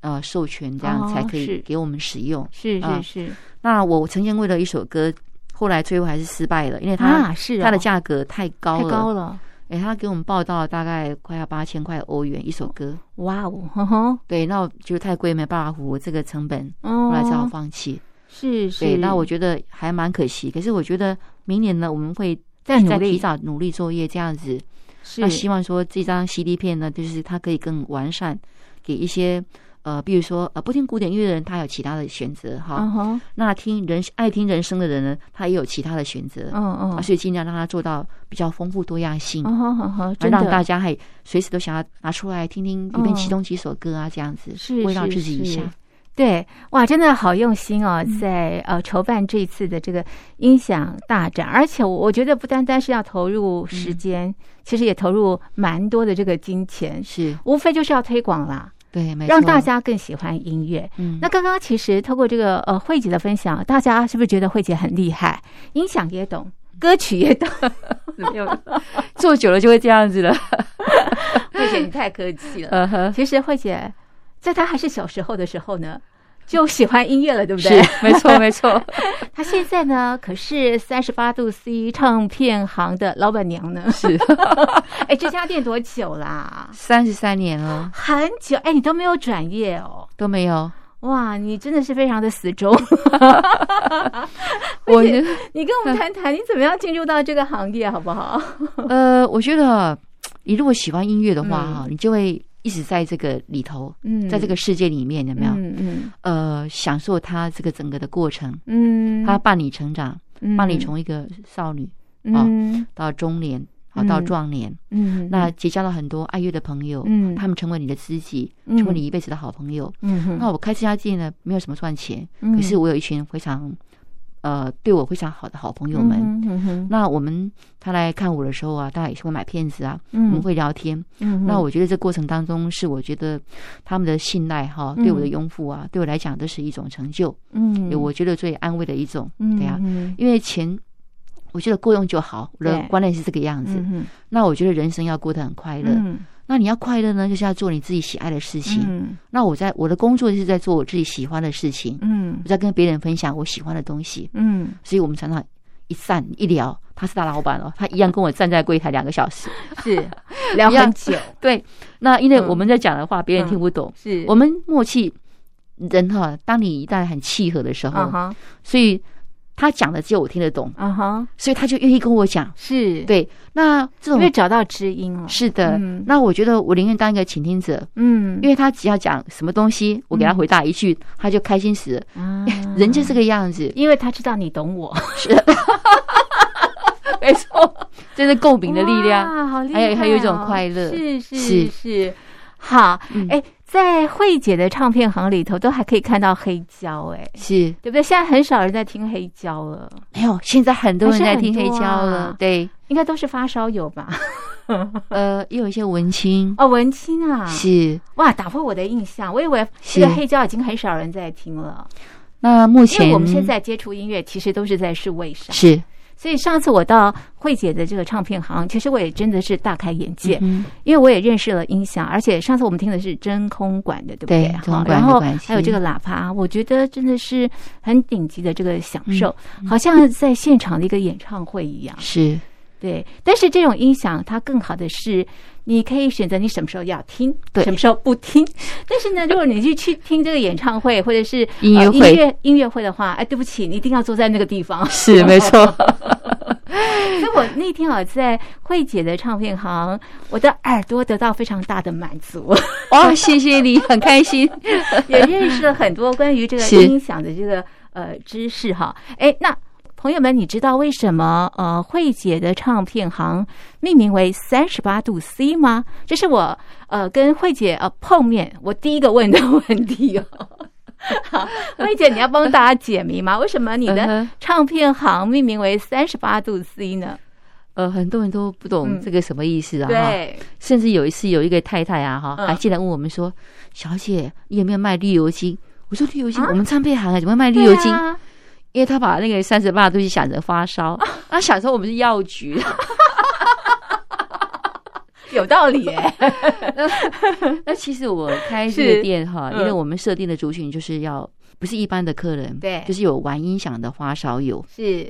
S2: 呃授权，这样
S1: 哦
S2: 才可以
S1: 是
S2: 给我们使用。
S1: 是是
S2: 啊
S1: 是
S2: 那我曾经为了一首歌，后来最后还是失败了，因为它
S1: 啊，是
S2: 它的
S1: 哦
S2: 价格太高
S1: 太
S2: 了。
S1: 高了，
S2: 哎，他给我们报道大概快要八千块欧元一首歌，
S1: 哇哦，哼哼，
S2: 对，那我觉得太贵，没办法糊这个成本，后
S1: 后
S2: 来只好放弃。
S1: 是哦是，
S2: 对，那我觉得还蛮可惜。可是我觉得明年呢，我们会
S1: 再努
S2: 再提
S1: 力，
S2: 早努力作业这样子。
S1: 是
S2: 那希望说这张 CD 片呢，就是它可以更完善，给一些呃，比如说呃，不听古典音乐的人，他有其他的选择哈。
S1: 嗯哼，
S2: 那听人爱听人声的人呢，他也有其他的选择，
S1: 嗯嗯
S2: 啊，所以尽量让他做到比较丰富多样性。
S1: 嗯哼嗯哼，
S2: 而
S1: 真
S2: 让
S1: 的。
S2: 大家还随时都想要拿出来听听里面其
S1: 嗯
S2: 中几首歌啊，这样子
S1: 是
S2: 慰劳
S1: 是
S2: 自己一
S1: 是
S2: 下。
S1: 对，哇，真的好用心哦，在呃筹办这一次的这个音响大展，而且我我觉得不单单是要投入时间，其实也投入蛮多的这个金钱，
S2: 是
S1: 无非就是要推广啦，
S2: 对，没错。
S1: 让大家更喜欢音乐。
S2: 嗯，
S1: 那刚刚其实透过这个呃慧姐的分享，大家是不是觉得慧姐很厉害？音响也懂，歌曲也懂，
S2: 没有做久了就会这样子了。
S1: 慧姐你太客气了。
S2: 呃呵，
S1: 其实慧姐在她还是小时候的时候 呢，就喜欢音乐了，对不
S2: 是
S1: 对？
S2: 没错没错。
S1: 她现在呢，可是三十八度 C 唱片行的老板娘呢。
S2: 是
S1: 哎，这家店多久啦？
S2: 三十三年了
S1: 很久，哎，你都没有转业哦。
S2: 都没有，
S1: 哇，你真的是非常的死 忠。
S2: 我
S1: 且你跟我们谈谈，你怎么样进入到这个行业，好不 好？
S2: 呃，我觉得你如果喜欢音乐的话
S1: 嗯
S2: 哈，你就会一直在这个里头，
S1: 嗯
S2: 在这个世界里面有没有？
S1: 嗯嗯
S2: 呃，享受它这个整个的过程，
S1: 嗯，
S2: 它伴你成长，
S1: 嗯
S2: 伴你从一个少女
S1: 嗯
S2: 到中年，好到
S1: 嗯
S2: 壮年。
S1: 嗯
S2: 那结交了很多爱乐的朋友，
S1: 嗯
S2: 他们成为你的知己，
S1: 嗯
S2: 成为你一辈子的好朋友。
S1: 嗯哼
S2: 那我开这家店呢，没有什么赚钱，
S1: 嗯
S2: 可是我有一群非常呃对我非常好的好朋友们。
S1: 嗯哼嗯哼
S2: 那我们他来看我的时候啊，当然也是会买片子啊，我们
S1: 嗯
S2: 会聊天。
S1: 嗯哼
S2: 那我觉得这过程当中，是我觉得他们的信赖哈，
S1: 嗯
S2: 对我的拥护啊，对我来讲都是一种成就，
S1: 嗯
S2: 也我觉得最安慰的一种。
S1: 嗯
S2: 对啊，
S1: 嗯
S2: 因为钱，我觉得够用就好，我的
S1: 对
S2: 观念是这个样子。
S1: 嗯
S2: 那我觉得人生要过得很快乐，
S1: 嗯
S2: 那你要快乐呢，就是要做你自己喜爱的事情。
S1: 嗯
S2: 那我在我的工作是在做我自己喜欢的事情，
S1: 嗯
S2: 我在跟别人分享我喜欢的东西，
S1: 嗯
S2: 所以我们常常一散一聊，他是大老板哦，他一样跟我站在柜台两个小时。
S1: 是聊很久，
S2: 对，那因为
S1: 嗯
S2: 我们在讲的话，别人听不懂。
S1: 是
S2: 我们默契人哈，当你一旦很契合的时
S1: 啊
S2: 候，
S1: 哈
S2: 所以他讲的只有我听得懂，
S1: 啊哈，
S2: 所以他就愿意跟我讲。
S1: 是，
S2: 对，那这
S1: 因
S2: 种
S1: 为找到知音了，
S2: 是的
S1: 嗯，
S2: 那我觉得我宁愿当一个倾听者，
S1: 嗯，
S2: 因为他只要讲什么东西，我给他回答一句，他就开心死了。
S1: 啊
S2: 人就是这个 样子，
S1: 因为他知道你懂我，
S2: 没错，这是共鸣的力量。
S1: 哇，好厉害、
S2: 还
S1: 哦！
S2: 有还有一种快乐
S1: 是是是
S2: 是
S1: 好，
S2: 嗯
S1: 哎、在慧姐的唱片行里头，都还可以看到黑胶，哎，
S2: 是，
S1: 对不对？现在很少人在听黑胶了，
S2: 没有，现在很多人在听黑胶
S1: 还是很多
S2: 了
S1: 啊，
S2: 对，
S1: 应该都是发烧友吧？
S2: 呃，也有一些文青，
S1: 哦，文青啊，
S2: 是。
S1: 哇，打破我的印象，我以为这
S2: 是
S1: 个黑胶已经很少人在听了，
S2: 那目
S1: 因为
S2: 前
S1: 我们现在接触音乐其实都是在数位上。
S2: 是，
S1: 所以上次我到慧姐的这个唱片行，其实我也真的是大开眼界，
S2: 嗯
S1: 因为我也认识了音响，而且上次我们听的是真空管的，对不对？
S2: 对
S1: 好
S2: 真空管的
S1: 然后
S2: 关系
S1: 还有这个喇叭，我觉得真的是很顶级的这个享受，好像在现场的一个演唱会一样。
S2: 嗯是
S1: 对，但是这种音响它更好的是，你可以选择你什么时候要听，
S2: 对
S1: 什么时候不听。 但是呢，如果你去去听这个演唱会或者是呃
S2: 音乐会
S1: 音乐音乐会的话，哎，对不起，你一定要坐在那个地 方。
S2: 是，没错，
S1: 所以我那天啊，在慧姐的唱片行，我的耳朵得到非常大的满足，
S2: 哇，谢谢 你，很开心。
S1: 也认识了很多关于这个
S2: 是
S1: 音响的这个呃知识哈。哎，那朋友们，你知道为什么呃慧姐的唱片行命名为三十八度 C 吗？这是我呃跟慧姐呃碰面我第一个问的问题哦。 好，慧姐，你要帮大家解谜吗？为什么你
S2: 嗯
S1: 的
S2: 哼
S1: 唱片行命名为三十八度 C 呢？
S2: 呃，很多人都不懂
S1: 嗯
S2: 这个什么意思啊，哈
S1: 对，
S2: 甚至有一次有一个太太啊，哈，
S1: 嗯
S2: 还进来问我们说：“小姐，你有没有卖绿油精？”我说：“绿油精，
S1: 啊
S2: 我们唱片行啊，怎么会卖绿油
S1: 对
S2: 精？”
S1: 啊
S2: 因为他把那个三十八度去想成发烧，他想说我们是药局，
S1: 有道 理耶，
S2: 那其实我开这
S1: 是
S2: 个店哈，
S1: 嗯
S2: 因为我们设定的族群就是要不是一般的客人，
S1: 对
S2: 就是有玩音响的发烧友。
S1: 是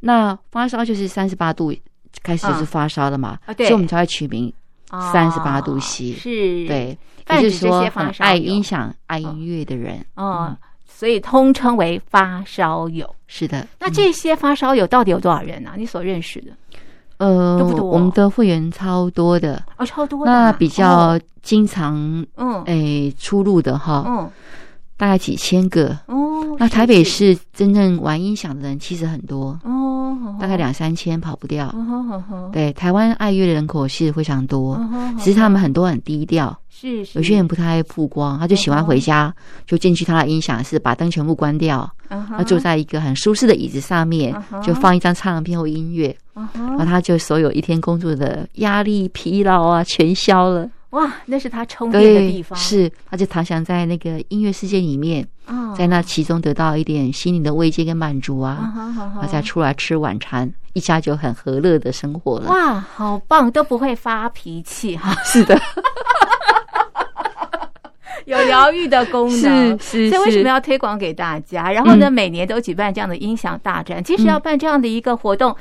S2: 那发烧就是三十八度开始就是
S1: 嗯
S2: 发烧了嘛，
S1: 啊对
S2: 所以我们才会取名
S1: 啊
S2: 38度 C
S1: 是，，
S2: 对，
S1: 泛
S2: 也
S1: 指
S2: 就是说
S1: 这些
S2: 很
S1: 发烧友
S2: 爱音响、爱音乐的人。
S1: 哦，所以通称为发烧友。
S2: 是的，
S1: 那这些发烧友到底有多少人啊？你所认识的
S2: 呃，
S1: 多不多
S2: 我们的会员超多的，
S1: 哦，超多的啊，
S2: 那比
S1: 哦
S2: 较经常
S1: 嗯
S2: 诶、出入的哈，
S1: 嗯
S2: 大概几千个。
S1: 哦，
S2: 那
S1: 是
S2: 台北
S1: 是
S2: 市真正玩音响的人其实很多，
S1: 哦，
S2: 大概两三千跑不掉。
S1: 哦，
S2: 对，台湾爱乐的人口是非常多，
S1: 哦
S2: 只是他们很多很低调，
S1: 是是
S2: 有些人不太爱曝光，他就
S1: 嗯
S2: 喜欢回家就进去他的音响室，把灯全部关掉，
S1: 他
S2: 他坐在一个很舒适的椅子上面
S1: 嗯哼，嗯
S2: 就放一张唱片或音乐，
S1: 啊
S2: 然后他就所有一天工作的压力、疲劳啊，全消了。
S1: 哇，那是他充电的地
S2: 对，
S1: 方，
S2: 是，他就常想在那个音乐世界里面，
S1: 啊，
S2: 在那其中得到一点心灵的慰藉跟满足
S1: 啊
S2: 啊，
S1: 哈哈
S2: 然
S1: 哈
S2: 后再出来吃晚餐，一家就很和乐的生活了。
S1: 哇，好棒，都不会发脾气哈，
S2: 是的，
S1: 有疗愈的功能
S2: 是。是，
S1: 所以为什
S2: 是
S1: 么要推广给大家？然后呢，
S2: 嗯
S1: 每年都举办这样的音响大展，其实要办这样的一个活动，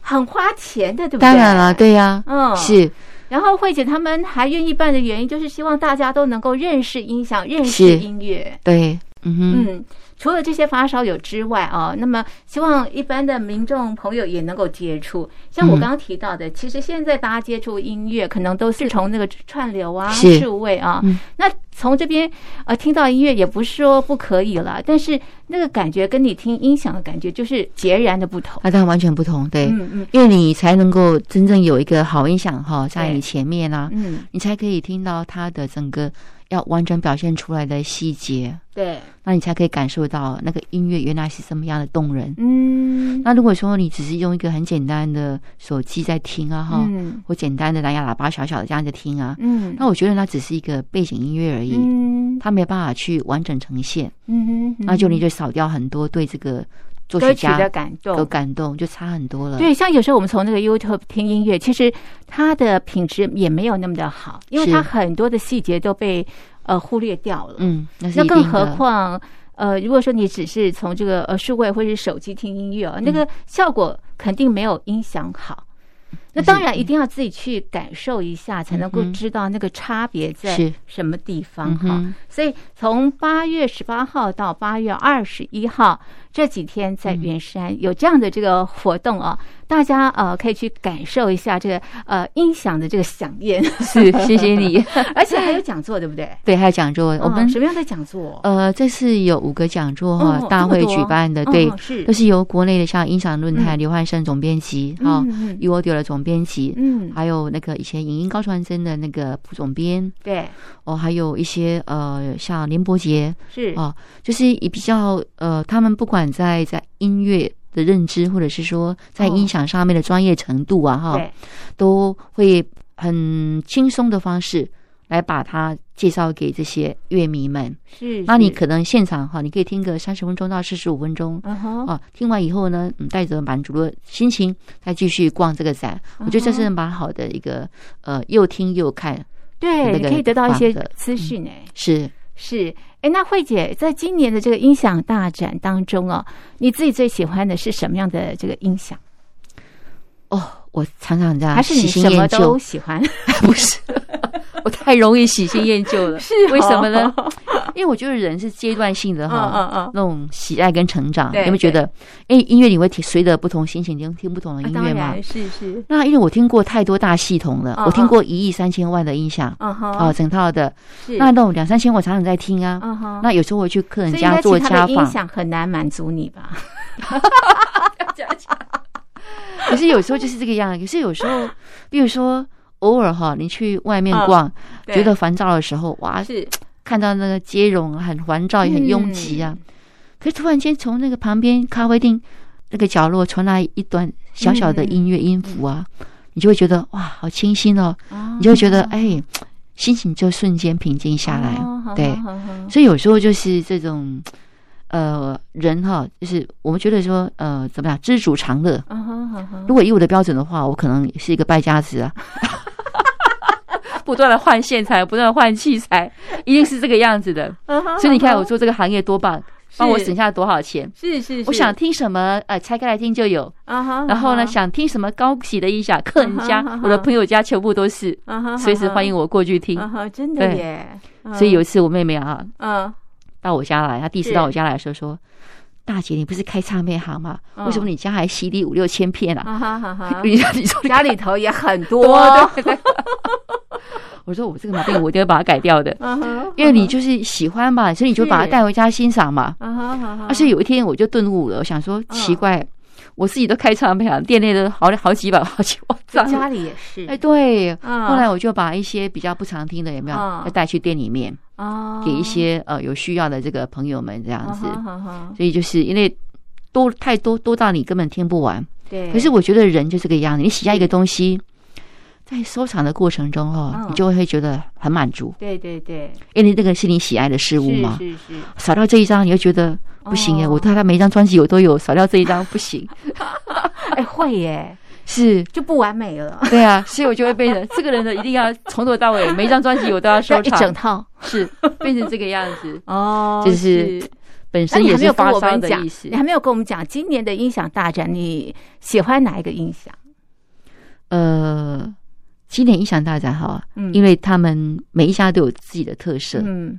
S1: 很花钱的，对不对？
S2: 当然了，。对呀、
S1: 嗯，。
S2: 是
S1: 然后慧姐他们还愿意办的原因，就是希望大家都能够认识音响，认识
S2: 是
S1: 音乐。
S2: 对，嗯哼，
S1: 嗯，除了这些发烧友之外啊，那么希望一般的民众朋友也能够接触。像我
S2: 嗯
S1: 刚刚提到的，其实现在大家接触音乐，可能都是从那个串流啊、
S2: 是
S1: 数位啊。
S2: 嗯
S1: 那从这边呃听到音乐，也不是说不可以了，但是那个感觉跟你听音响的感觉就是截然的不同。
S2: 那当啊然完全不同，对，
S1: 嗯嗯
S2: 因为你才能够真正有一个好音响哈，在
S1: 对
S2: 你前面啊，
S1: 嗯，
S2: 你才可以听到它的整个要完整表现出来的细节，
S1: 对，
S2: 那你才可以感受到那个音乐原来是什么样的动人。
S1: 嗯，
S2: 那如果说你只是用一个很简单的手机在听啊哈，
S1: 嗯
S2: 或简单的蓝牙喇叭小小的这样子听啊，
S1: 嗯，
S2: 那我觉得它只是一个背景音乐而已，
S1: 嗯
S2: 它没有办法去完整呈现，
S1: 嗯哼，
S2: 那就你就少掉很多对这个作
S1: 歌
S2: 曲
S1: 曲
S2: 家
S1: 的感动
S2: 有。感动，就差很多了。
S1: 对，像有时候我们从那个 YouTube 听音乐，其实它的品质也没有那么的好，因为
S2: 是
S1: 它很多的细节都被呃忽略掉了。
S2: 嗯，那是
S1: 那
S2: 一
S1: 更
S2: 定
S1: 何
S2: 的。
S1: 况呃，如果说你只是从这个呃数位或是手机听音
S2: 嗯
S1: 乐哦，那个效果肯定没有音响好。那当然一定要自己去感受一下，才能够
S2: 嗯哼
S1: 知道那个差别在
S2: 是
S1: 什么地方
S2: 嗯
S1: 哈。
S2: 哼，
S1: 所以从八月十八号到八月二十一号这几天，在圆山有这样的这个活动啊，大家呃可以去感受一下这个呃音响的这个响 宴，
S2: 是谢谢你。
S1: 而且还有讲座，对不对？
S2: 对，还有讲座，我
S1: 嗯
S2: 们
S1: 什么样的讲座？
S2: 呃这次有五个讲座哈
S1: 哦，
S2: 大
S1: 这么
S2: 会
S1: 多
S2: 举办的，
S1: 嗯
S2: 呃对，
S1: 是
S2: 都是由国内的像音响论坛刘汉生总编辑哈
S1: 嗯
S2: ，U Audio 的总编辑，
S1: 嗯，
S2: 还有那个以前影音高传真的那个副总编，
S1: 对，
S2: 哦，还有一些呃像林伯杰，
S1: 是
S2: 哦就是以比较呃，他们不管在在音乐的认知，或者是说在
S1: 哦
S2: 音响上面的专业程度啊，哈、
S1: 对，
S2: 都会很轻松的方式来把它介绍给这些乐迷们。
S1: 是。
S2: 那你
S1: 是，
S2: 可能现场哈，你可以听个三十分钟到四十五分钟。
S1: 嗯哼，
S2: 啊，听完以后呢，嗯，带着满足的心情再继续逛这个展，
S1: 哦嗯
S2: 我觉得这是蛮好的一个，呃，又听又看，那
S1: 对，你
S2: 个
S1: 可以得到一些
S2: 放的嗯
S1: 资讯哎。
S2: 是
S1: 是，哎，那慧姐在今年的这个音响大展当中哦，你自己最喜欢的是什么样的这个音响？
S2: 哦，我常常在
S1: 还是
S2: 啊喜
S1: 你
S2: 新
S1: 什么
S2: 厌旧
S1: 都，喜 欢？
S2: 不是，我太容易喜新厌旧了。
S1: 是
S2: 为什
S1: 哦
S2: 么呢？？ 啊因为我觉得人是阶段性的
S1: 嗯
S2: 哈，
S1: 嗯嗯，
S2: 那种喜爱跟成长。
S1: 对
S2: 有没有觉得？哎，音乐你会听随着不同心情听听不同的
S1: 啊
S2: 嗯音
S1: 当
S2: 乐嘛
S1: 然？是是，
S2: 那因为我听过太多大系统了，
S1: 嗯
S2: 我听
S1: 嗯
S2: 过一亿三千万的音响
S1: 嗯哼，
S2: 啊、整套的。
S1: 是
S2: 那那种两三千我常常在听啊。
S1: 嗯哼，
S2: 那有时候我去客人
S1: 所以应
S2: 家
S1: 该
S2: 做
S1: 其他
S2: 家
S1: 的音
S2: 访，
S1: 响很难满足你吧？
S2: 可是有时候就是这个样。可是有时候，比如说偶尔哈，你去外面
S1: 嗯
S2: 逛，
S1: 对
S2: 觉得烦躁的时候，哇，
S1: 是
S2: 看到那个街冗啊很烦躁也很拥挤啊，
S1: 嗯
S2: 可是突然间从那个旁边咖啡厅那个角落传来一段小小
S1: 嗯
S2: 的音乐音符啊，你就会觉得哇，好清新哦，
S1: 嗯，
S2: 你就会觉得哎，心情就瞬间平静下来。
S1: 哦
S2: 对，
S1: 好好好好
S2: 所以有时候就是这种呃人哈、就是我们觉得说呃怎么样知足常乐。
S1: 嗯哼嗯哼
S2: 如果以我的标准的话，我可能是一个败家子啊。不断的换线材，不断的换器材，一定是这个样子的。
S1: 嗯哼，
S2: 所以你看，我
S1: 是
S2: 做这个行业多棒，帮我省下多少钱。
S1: 是是，
S2: 我
S1: 是
S2: 想听什么，呃，拆开来听就有。
S1: 啊哈，
S2: 然后呢，想听什么高级的音响，客人家
S1: 啊哈啊哈、
S2: 我的朋友家全部都是，
S1: 想
S2: 随时欢迎
S1: 我
S2: 我过去听
S1: 啊。哈，真的
S2: 对
S1: 耶，
S2: 所以
S1: 嗯
S2: 有一次我妹妹啊
S1: 嗯
S2: 到我家来，她第一次
S1: 是
S2: 到我家来的时候说：“大姐，你不是开唱片行吗？
S1: 嗯
S2: 为什么你家还 CD 五六千片啊？。
S1: 啊哈哈哈
S2: 你你说
S1: 家里头也很
S2: 多
S1: 多，
S2: 对对。对”我说我这个毛病我一定要把它改掉的，
S1: 嗯哼
S2: 因为你就是喜欢嘛，所以你就把它
S1: 是
S2: 带回家欣赏嘛。
S1: 嗯哼嗯哼
S2: 而且有一天我就顿悟了，我想说奇怪，我自己都开唱片行，店内的好好几百好几万张。
S1: 家里也是，
S2: 哎，对。
S1: 嗯，
S2: 后来我就把一些比较不常听的有没有，
S1: 嗯
S2: 要带去店里面，
S1: 啊
S2: 给一些呃有需要的这个朋友们这样子。
S1: 嗯哼嗯哼
S2: 所以就是因为多太多多到你根本听不完。
S1: 对，
S2: 可是我觉得人就这个样子，你喜爱一个东西，在收藏的过程中哦
S1: 嗯，
S2: 你就会觉得很满足，
S1: 对对对，
S2: 因为那个是你喜爱的事物嘛。
S1: 是是是，
S2: 少掉这一张，你就觉得不行耶！
S1: 哦
S2: 我对他每一张专辑我都有，少掉这一张不 行。
S1: 哎会耶，
S2: 是，
S1: 就不完美了，
S2: 对啊，所以我就会变成这个人呢，一定要从头到尾每一张专辑我都要 收
S1: 要一整
S2: 藏，
S1: 套
S2: 是变成这个样子，
S1: 哦
S2: 就是本
S1: 那
S2: 身
S1: 你
S2: 也
S1: 还没
S2: 是
S1: 有跟
S2: 发
S1: 我
S2: 烧
S1: 们
S2: 的
S1: 讲
S2: 意，思
S1: 你。还没有跟我们讲今年的音响大展，你喜欢哪一个音响？
S2: 呃，今年音响大展哈，
S1: 嗯
S2: 因为他们每一家都有自己的特色。
S1: 嗯，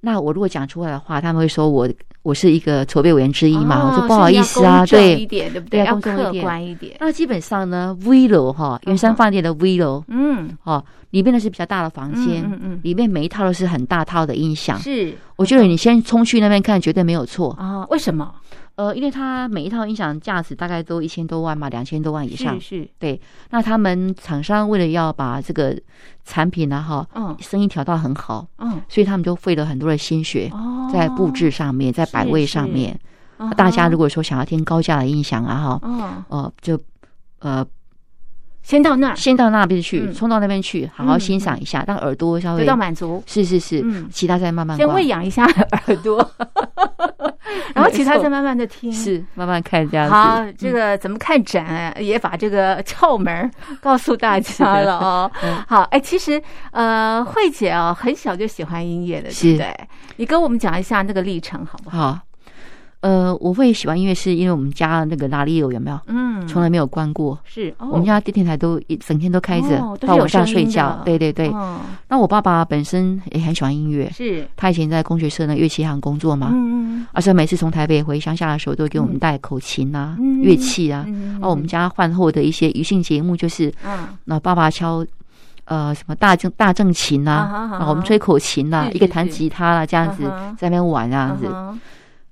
S2: 那我如果讲出来的话，他们会说我我是一个筹备委员之一嘛，
S1: 哦
S2: 我说不好
S1: 所以
S2: 意
S1: 要
S2: 思啊，
S1: 公正一
S2: 对。
S1: 点对不
S2: 对啊
S1: 要
S2: 公正一
S1: 客
S2: 点
S1: 观一点，
S2: 那基本上呢，V 楼哈，圆山饭店的 V 楼
S1: 嗯，
S2: 哦，里面呢是比较大的房间，
S1: 嗯嗯
S2: 里面每一套都是很大套的音
S1: 嗯，。
S2: 响
S1: 是
S2: 我觉得你先冲去那边看，绝对没有错。
S1: 啊，为什么？
S2: 呃，因为它每一套音响价值大概都一千多万嘛，两千多万以上
S1: 是。是，
S2: 那他们厂商为了要把这个产品呢，哈，
S1: 嗯
S2: 生意调到很好，
S1: 嗯，
S2: 所以他们就费了很多的心血
S1: 哦，
S2: 在布置上面，在摆位上面。
S1: 啊哈，
S2: 大家如果说想要听高价的音响啊，哈，
S1: 嗯，
S2: 哦，就呃，
S1: 先到那儿
S2: 先到那边去，
S1: 嗯
S2: 冲到那边去，好好欣赏一下，让耳朵稍
S1: 得
S2: 微
S1: 到满足，
S2: 是是是
S1: 嗯，
S2: 其他再慢慢
S1: 先
S2: 逛
S1: 喂。养一下耳朵，然后其他再慢慢的听。
S2: 是慢慢看这样子。
S1: 好，
S2: 嗯
S1: 这个怎么看展也把这个窍门儿告诉大家了哦
S2: 嗯。
S1: 好，哎，其实呃，慧姐啊，很小就喜欢音乐的，对
S2: 是
S1: 不对？你跟我们讲一下那个历程好不好？
S2: 好，呃，我会喜欢音乐是因为我们家那个拉力有有没有？
S1: 嗯，
S2: 从来没有关过。
S1: 是
S2: 我们家的电台都一整天都开着
S1: 哦，都是
S2: 到
S1: 有
S2: 晚上
S1: 声音
S2: 睡
S1: 的
S2: 觉。对对对。
S1: 哦
S2: 那我爸爸本身也很喜欢音乐，
S1: 是
S2: 他以前在工学社的乐器行工作嘛，
S1: 嗯
S2: 而且每次从台北回乡下的时候，都会给我们带口琴啊、
S1: 嗯
S2: 乐器啊。
S1: 嗯
S2: 哦，我们家饭后的一些娱乐节目就是，
S1: 嗯
S2: 那爸爸敲呃什么大正大正琴
S1: 啊
S2: 啊，
S1: 哈
S2: 啊我们吹口琴啦、
S1: 是是
S2: 一个弹吉他啦、这样子、
S1: 啊哈
S2: 在那边玩啊，这样子。
S1: 嗯哼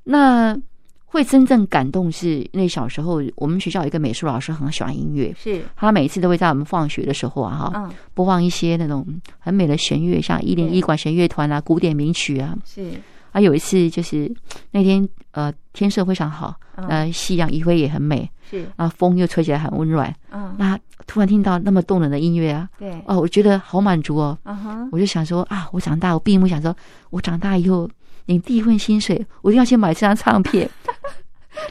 S2: 那会真正感动是那小时候，我们学校有一个美术老师很喜欢音乐，
S1: 是
S2: 他每次都会在我们放学的时候啊哈、
S1: 嗯
S2: 播放一些那种很美的弦乐，像一零一
S1: 对
S2: 管弦乐团啊、古典名曲啊。
S1: 是
S2: 啊，有一次就是那天呃天色非常好，
S1: 嗯
S2: 呃夕阳余晖也很美，
S1: 是
S2: 啊风又吹起来很温暖。
S1: 嗯
S2: 那突然听到那么动人的音乐啊，
S1: 对
S2: 哦，我觉得好满足哦。
S1: 嗯哼
S2: 我就想说啊，我长大，我闭目想说，我长大以后领第一份薪水，我一定要去买这张 唱片。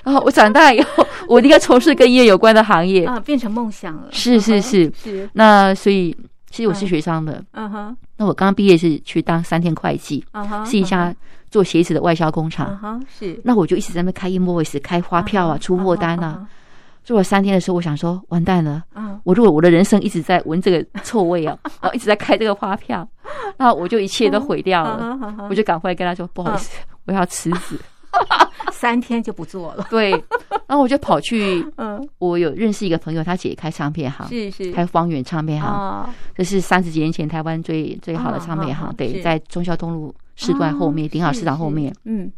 S2: 然后我长大以后，我一定要从事跟音乐有关的行业。
S1: 啊变成梦想了
S2: 是是
S1: 嗯哼
S2: 是
S1: 是
S2: 那所以，其实我是
S1: 嗯
S2: 学商的。
S1: 嗯哼
S2: 那我刚毕业是去当三天会计，
S1: 嗯哼
S2: 是一家做鞋子的外销工厂
S1: 嗯。哼是
S2: 那我就一直在那边开 invoice、开发票啊、出货单啊。做了三天的时候，我想说，完蛋了，
S1: 嗯
S2: 我如果我的人生一直在闻这个臭味啊，然后一直在开这个发票，那我就一切都毁掉了。
S1: 嗯哼嗯哼
S2: 我就赶快跟他说，不好意
S1: 啊
S2: 思，我要辞职。
S1: 三天就不做了
S2: 对，然后我就跑去，
S1: 嗯
S2: 我有认识一个朋友，他姐开唱片行，
S1: 是是
S2: 开方圆唱片行，
S1: 啊
S2: 这是三十几年前台湾最最好的唱片
S1: 啊啊
S2: 行
S1: 啊，
S2: 对，
S1: 是
S2: 在忠孝东路四段后面，
S1: 啊
S2: 顶好
S1: 是
S2: 市场后
S1: 是
S2: 面。
S1: 嗯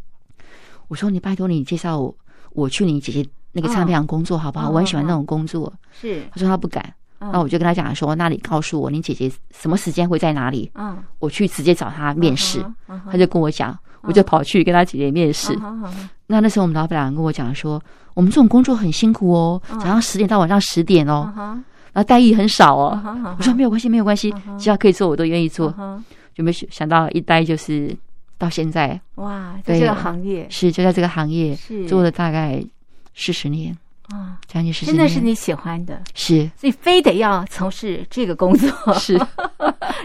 S2: 我说你拜托你介绍我，我去你姐姐那个唱片行工作好不好？
S1: 嗯
S2: 我很喜欢那种工作。
S1: 是
S2: 他说他不敢，那
S1: 那
S2: 我就跟他讲说，那你告诉我你姐姐什么时间会在哪里，
S1: 嗯
S2: 我去直接找她面试。他
S1: 他
S2: 就跟我讲，我就跑去跟他姐姐面
S1: 嗯
S2: 试。那那时候我们老板娘跟我讲说，我们这种工作很辛苦哦，
S1: 嗯
S2: 早上十点到晚上十点哦，
S1: 哈
S2: 然后待遇很少哦。
S1: 我
S2: 我说没有关系，没有关系
S1: 嗯，哼嗯
S2: 只要可以做我都愿意做。
S1: 哈
S2: 就没想到一待就是到现在，
S1: 哇在
S2: 对
S1: 这个行业
S2: 是就在这个行业
S1: 是
S2: 做了大概四十年，
S1: 啊
S2: 将近四十
S1: 真
S2: 年，
S1: 的是你喜欢的
S2: 是
S1: 所以非得要从事这个工作，
S2: 是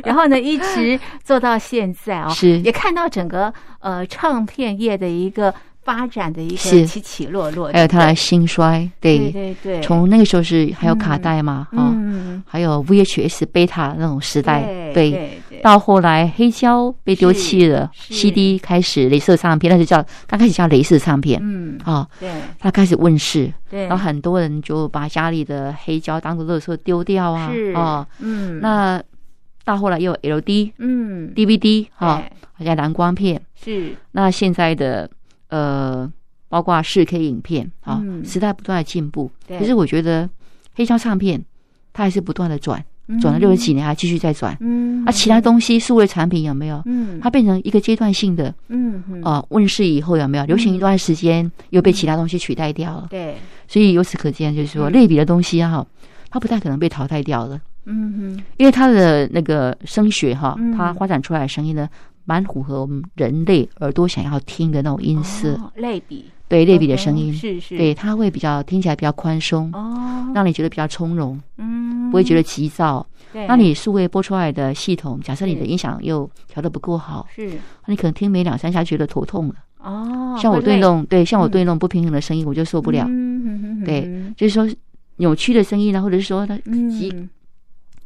S1: 然后呢，一直做到现在哦，
S2: 是
S1: 也看到整个呃唱片业的一个发展的一个
S2: 是
S1: 起起落落，
S2: 还有
S1: 对不
S2: 他的兴衰，
S1: 对
S2: 对，
S1: 对对对，
S2: 从那个时候是还有卡带嘛，哈、
S1: 嗯
S2: 还有 VHS、贝塔那种啊时代，
S1: 对
S2: 对。
S1: 对对
S2: 到后来，黑胶被丢弃了
S1: 是是
S2: ，CD 开始，镭射唱片，那就叫刚开始叫镭射唱片
S1: 嗯
S2: 啊、哦，
S1: 对
S2: 它开始问世，
S1: 对，
S2: 然后很多人就把家里的黑胶当做垃圾丢掉啊，
S1: 是
S2: 哦，
S1: 嗯
S2: 那到后来又有 LD、
S1: 嗯
S2: DVD 哈、
S1: 对
S2: 啊好像蓝光片，
S1: 是
S2: 那现在的呃，包括4 K 影片啊，
S1: 嗯
S2: 时代不断的进步。
S1: 对
S2: 可是我觉得黑胶唱片它还是不断的转，转了六十几年还继续在转。
S1: 嗯
S2: 啊，其他东西数位产品有没有？
S1: 嗯
S2: 它变成一个阶段性的
S1: 嗯嗯
S2: 啊、问世以后有没有流行一段时间，又被其他东西取代掉了。
S1: 对
S2: 所以由此可见，就是说
S1: 嗯
S2: 类比的东西啊哈、它不太可能被淘汰掉了，
S1: 嗯嗯
S2: 因为它的那个声学哈、
S1: 嗯
S2: 它发展出来的声音呢，蛮符合我们人类耳朵想要听的那种音色。
S1: 哦类比
S2: 对类比的声
S1: 嗯
S2: 音，
S1: 是是
S2: 对它会比较听起来比较宽松，
S1: 哦
S2: 让你觉得比较从容，
S1: 嗯
S2: 不会觉得急躁。
S1: 对
S2: 那你数位播出来的系统，假设你的
S1: 是
S2: 音响又调的不够好，
S1: 是
S2: 你可能听没两三下觉得头痛了。
S1: 哦
S2: 像我
S1: 会
S2: 对
S1: 累
S2: 那种对像我对那种不平衡的声音，我就受不了。
S1: 嗯
S2: 对就是说扭曲的声音啊，或者是说它
S1: 嗯
S2: 急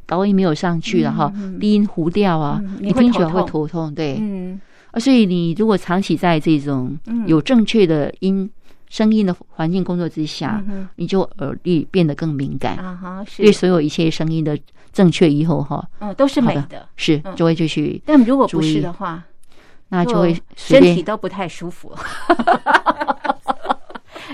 S2: 高音没有上去了啊哈
S1: 嗯嗯嗯，
S2: 低音糊掉啊
S1: 嗯，你
S2: 你
S1: 会
S2: 听起来
S1: 头痛
S2: 会头痛。对，
S1: 嗯
S2: 啊，所以你如果长期在这种
S1: 嗯
S2: 有正确的音声音的环境工作之下，
S1: 嗯哼
S2: 你就耳力变得更敏感，
S1: 啊哈是
S2: 啊对所有一切声音的正确以后哈，
S1: 嗯都是美
S2: 好
S1: 的，
S2: 是
S1: 嗯哦
S2: 就会继续，
S1: 但如果不
S2: 注
S1: 是
S2: 意
S1: 的话，
S2: 那就会随
S1: 身体
S2: 便
S1: 都不太舒 服。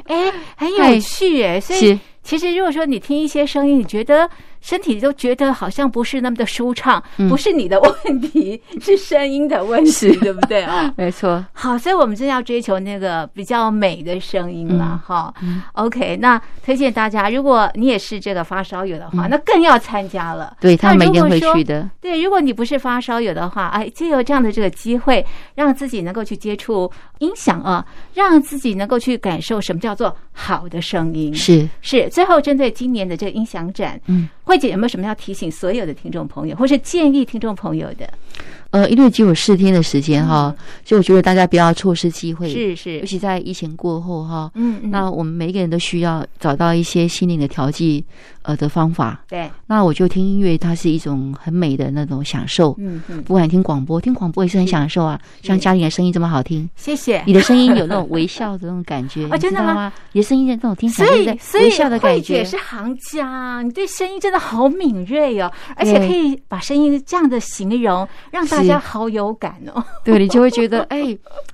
S1: 哎，很有
S2: 对
S1: 趣哎，所以
S2: 是
S1: 其实如果说你听一些声音，你觉得身体都觉得好像不是那么的舒畅，
S2: 嗯
S1: 不是你的问题，是声音的问 题，对不对啊？
S2: 没错，
S1: 好，所以我们真的要追求那个比较美的声音了
S2: 嗯
S1: 哈。
S2: 嗯
S1: OK，那推荐大家，如果你也是这个发烧友的话，
S2: 嗯
S1: 那更要参加了。
S2: 对他
S1: 那
S2: 每
S1: 如
S2: 天
S1: 果
S2: 会
S1: 说
S2: 去的，
S1: 对，如果你不是发烧友的话，哎，借由这样的这个机会，让自己能够去接触音响啊，让自己能够去感受什么叫做好的声音。
S2: 是
S1: 是，最后针对今年的这个音响展，
S2: 嗯，
S1: 慧姐有没有什么要提醒所有的听众朋友，或是建议听众朋友的？
S2: 呃，因为只有四天的时间哈，所以我觉得大家不要错失机会，
S1: 嗯是
S2: 尤
S1: 是，
S2: 其在疫情过后哈，
S1: 嗯嗯，
S2: 那我们每一个人都需要找到一些心灵的调剂呃的方法。
S1: 对，
S2: 那我就听音乐，它是一种很美的那种享受。
S1: 嗯嗯，
S2: 不管听广播，听广播也是很享受啊，
S1: 是
S2: 像嘉玲的声音这么好听，
S1: 谢谢
S2: 你。的声音有那种微笑的那种感觉，
S1: 哦真的
S2: 你知道吗？你的声音有那种听起
S1: 所
S2: 来
S1: 以，
S2: 就是
S1: 所以
S2: 微笑的
S1: 慧
S2: 感
S1: 姐
S2: 觉，
S1: 是行家，你对声音真的好敏锐哦，而且
S2: 对
S1: 可以把声音这样的形容，让大
S2: 是
S1: 家好有感哦。
S2: 对你就会觉得 哎，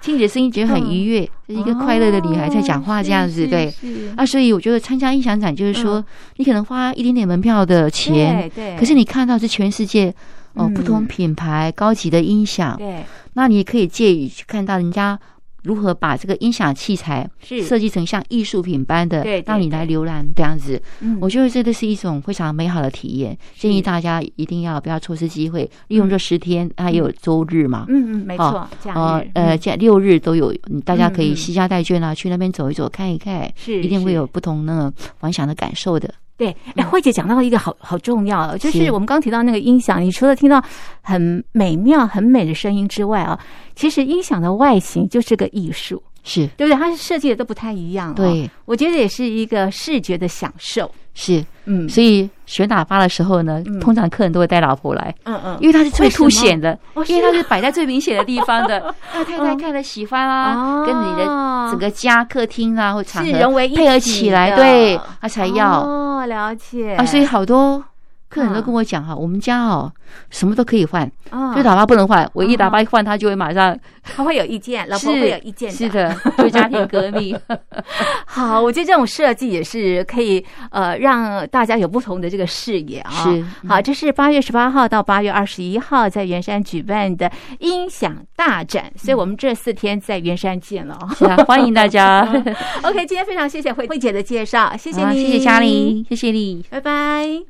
S2: 听你的声音觉得很愉悦，这是一个快乐的女孩在讲话这样子，
S1: 嗯
S2: 对。
S1: 哦是
S2: 啊，所以我觉得参加音响展就是说，
S1: 嗯
S2: 你可能花一点点门票的钱，
S1: 对对，
S2: 可是你看到是全世界哦、
S1: 嗯
S2: 不同品牌高级的音响，
S1: 对
S2: 那你也可以借以去看到人家如何把这个音响器材
S1: 是，
S2: 设计成像艺术品般的，
S1: 对对
S2: 让你来浏览这样子。
S1: 嗯
S2: 我觉得这个是一种非常美好的体验，建议大家一定要不要错失机会，利用这十天，它也有周日嘛。
S1: 嗯嗯，没错
S2: 哦，
S1: 这样
S2: 哦，呃，加六日都有，嗯大家可
S1: 嗯
S2: 以
S1: 嗯
S2: 西家带眷啊，去那边走一走，看一看，
S1: 是
S2: 一定会
S1: 是
S2: 有不同那个玩想的感受的。
S1: 对，哎，慧姐讲到一个好好重要哦，就是
S2: 嗯是
S1: 我们刚提到那个音响，你除了听到很美妙、很美的声音之外啊，其实音响的外形就是个艺术，
S2: 是，
S1: 对不对？它是设计的都不太一嗯样、哦。，
S2: 对，
S1: 我觉得也是一个视觉的享受。
S2: 是。
S1: 嗯
S2: 所以学打发的时候呢
S1: 嗯，
S2: 通常客人都会带老婆来，
S1: 嗯嗯，
S2: 因为它是最
S1: 为什么
S2: 凸显的，
S1: 哦
S2: 因
S1: 是
S2: 为它是摆在最明显的地方 的。那太太
S1: 嗯
S2: 看了喜欢啊，跟你的
S1: 哦
S2: 整个家客厅啊或场
S1: 是融
S2: 合
S1: 为一
S2: 配合
S1: 体
S2: 起来，
S1: 的
S2: 对，他才要
S1: 哦，了解
S2: 啊。所以好多客人
S1: 啊
S2: 都跟我讲哈，我们家哦什么都可以换，
S1: 啊
S2: 就喇叭不能换，我一
S1: 啊
S2: 喇叭一换，他就会马上
S1: 他会有意见，老婆
S2: 是
S1: 会有意见
S2: 是的，就家庭革命。
S1: 好，我觉得这种设计也是可以呃让大家有不同的这个视野啊。
S2: 是 嗯
S1: 好，这是八月十八号到八月二十一号在圆山举办的音响大展，所以我们这四天在圆山见了、哦。
S2: 是啊，欢迎 大家，
S1: OK，今天非常谢谢慧慧姐的介绍，谢谢
S2: 好
S1: 你，
S2: 谢谢嘉玲，谢谢你。
S1: 拜拜。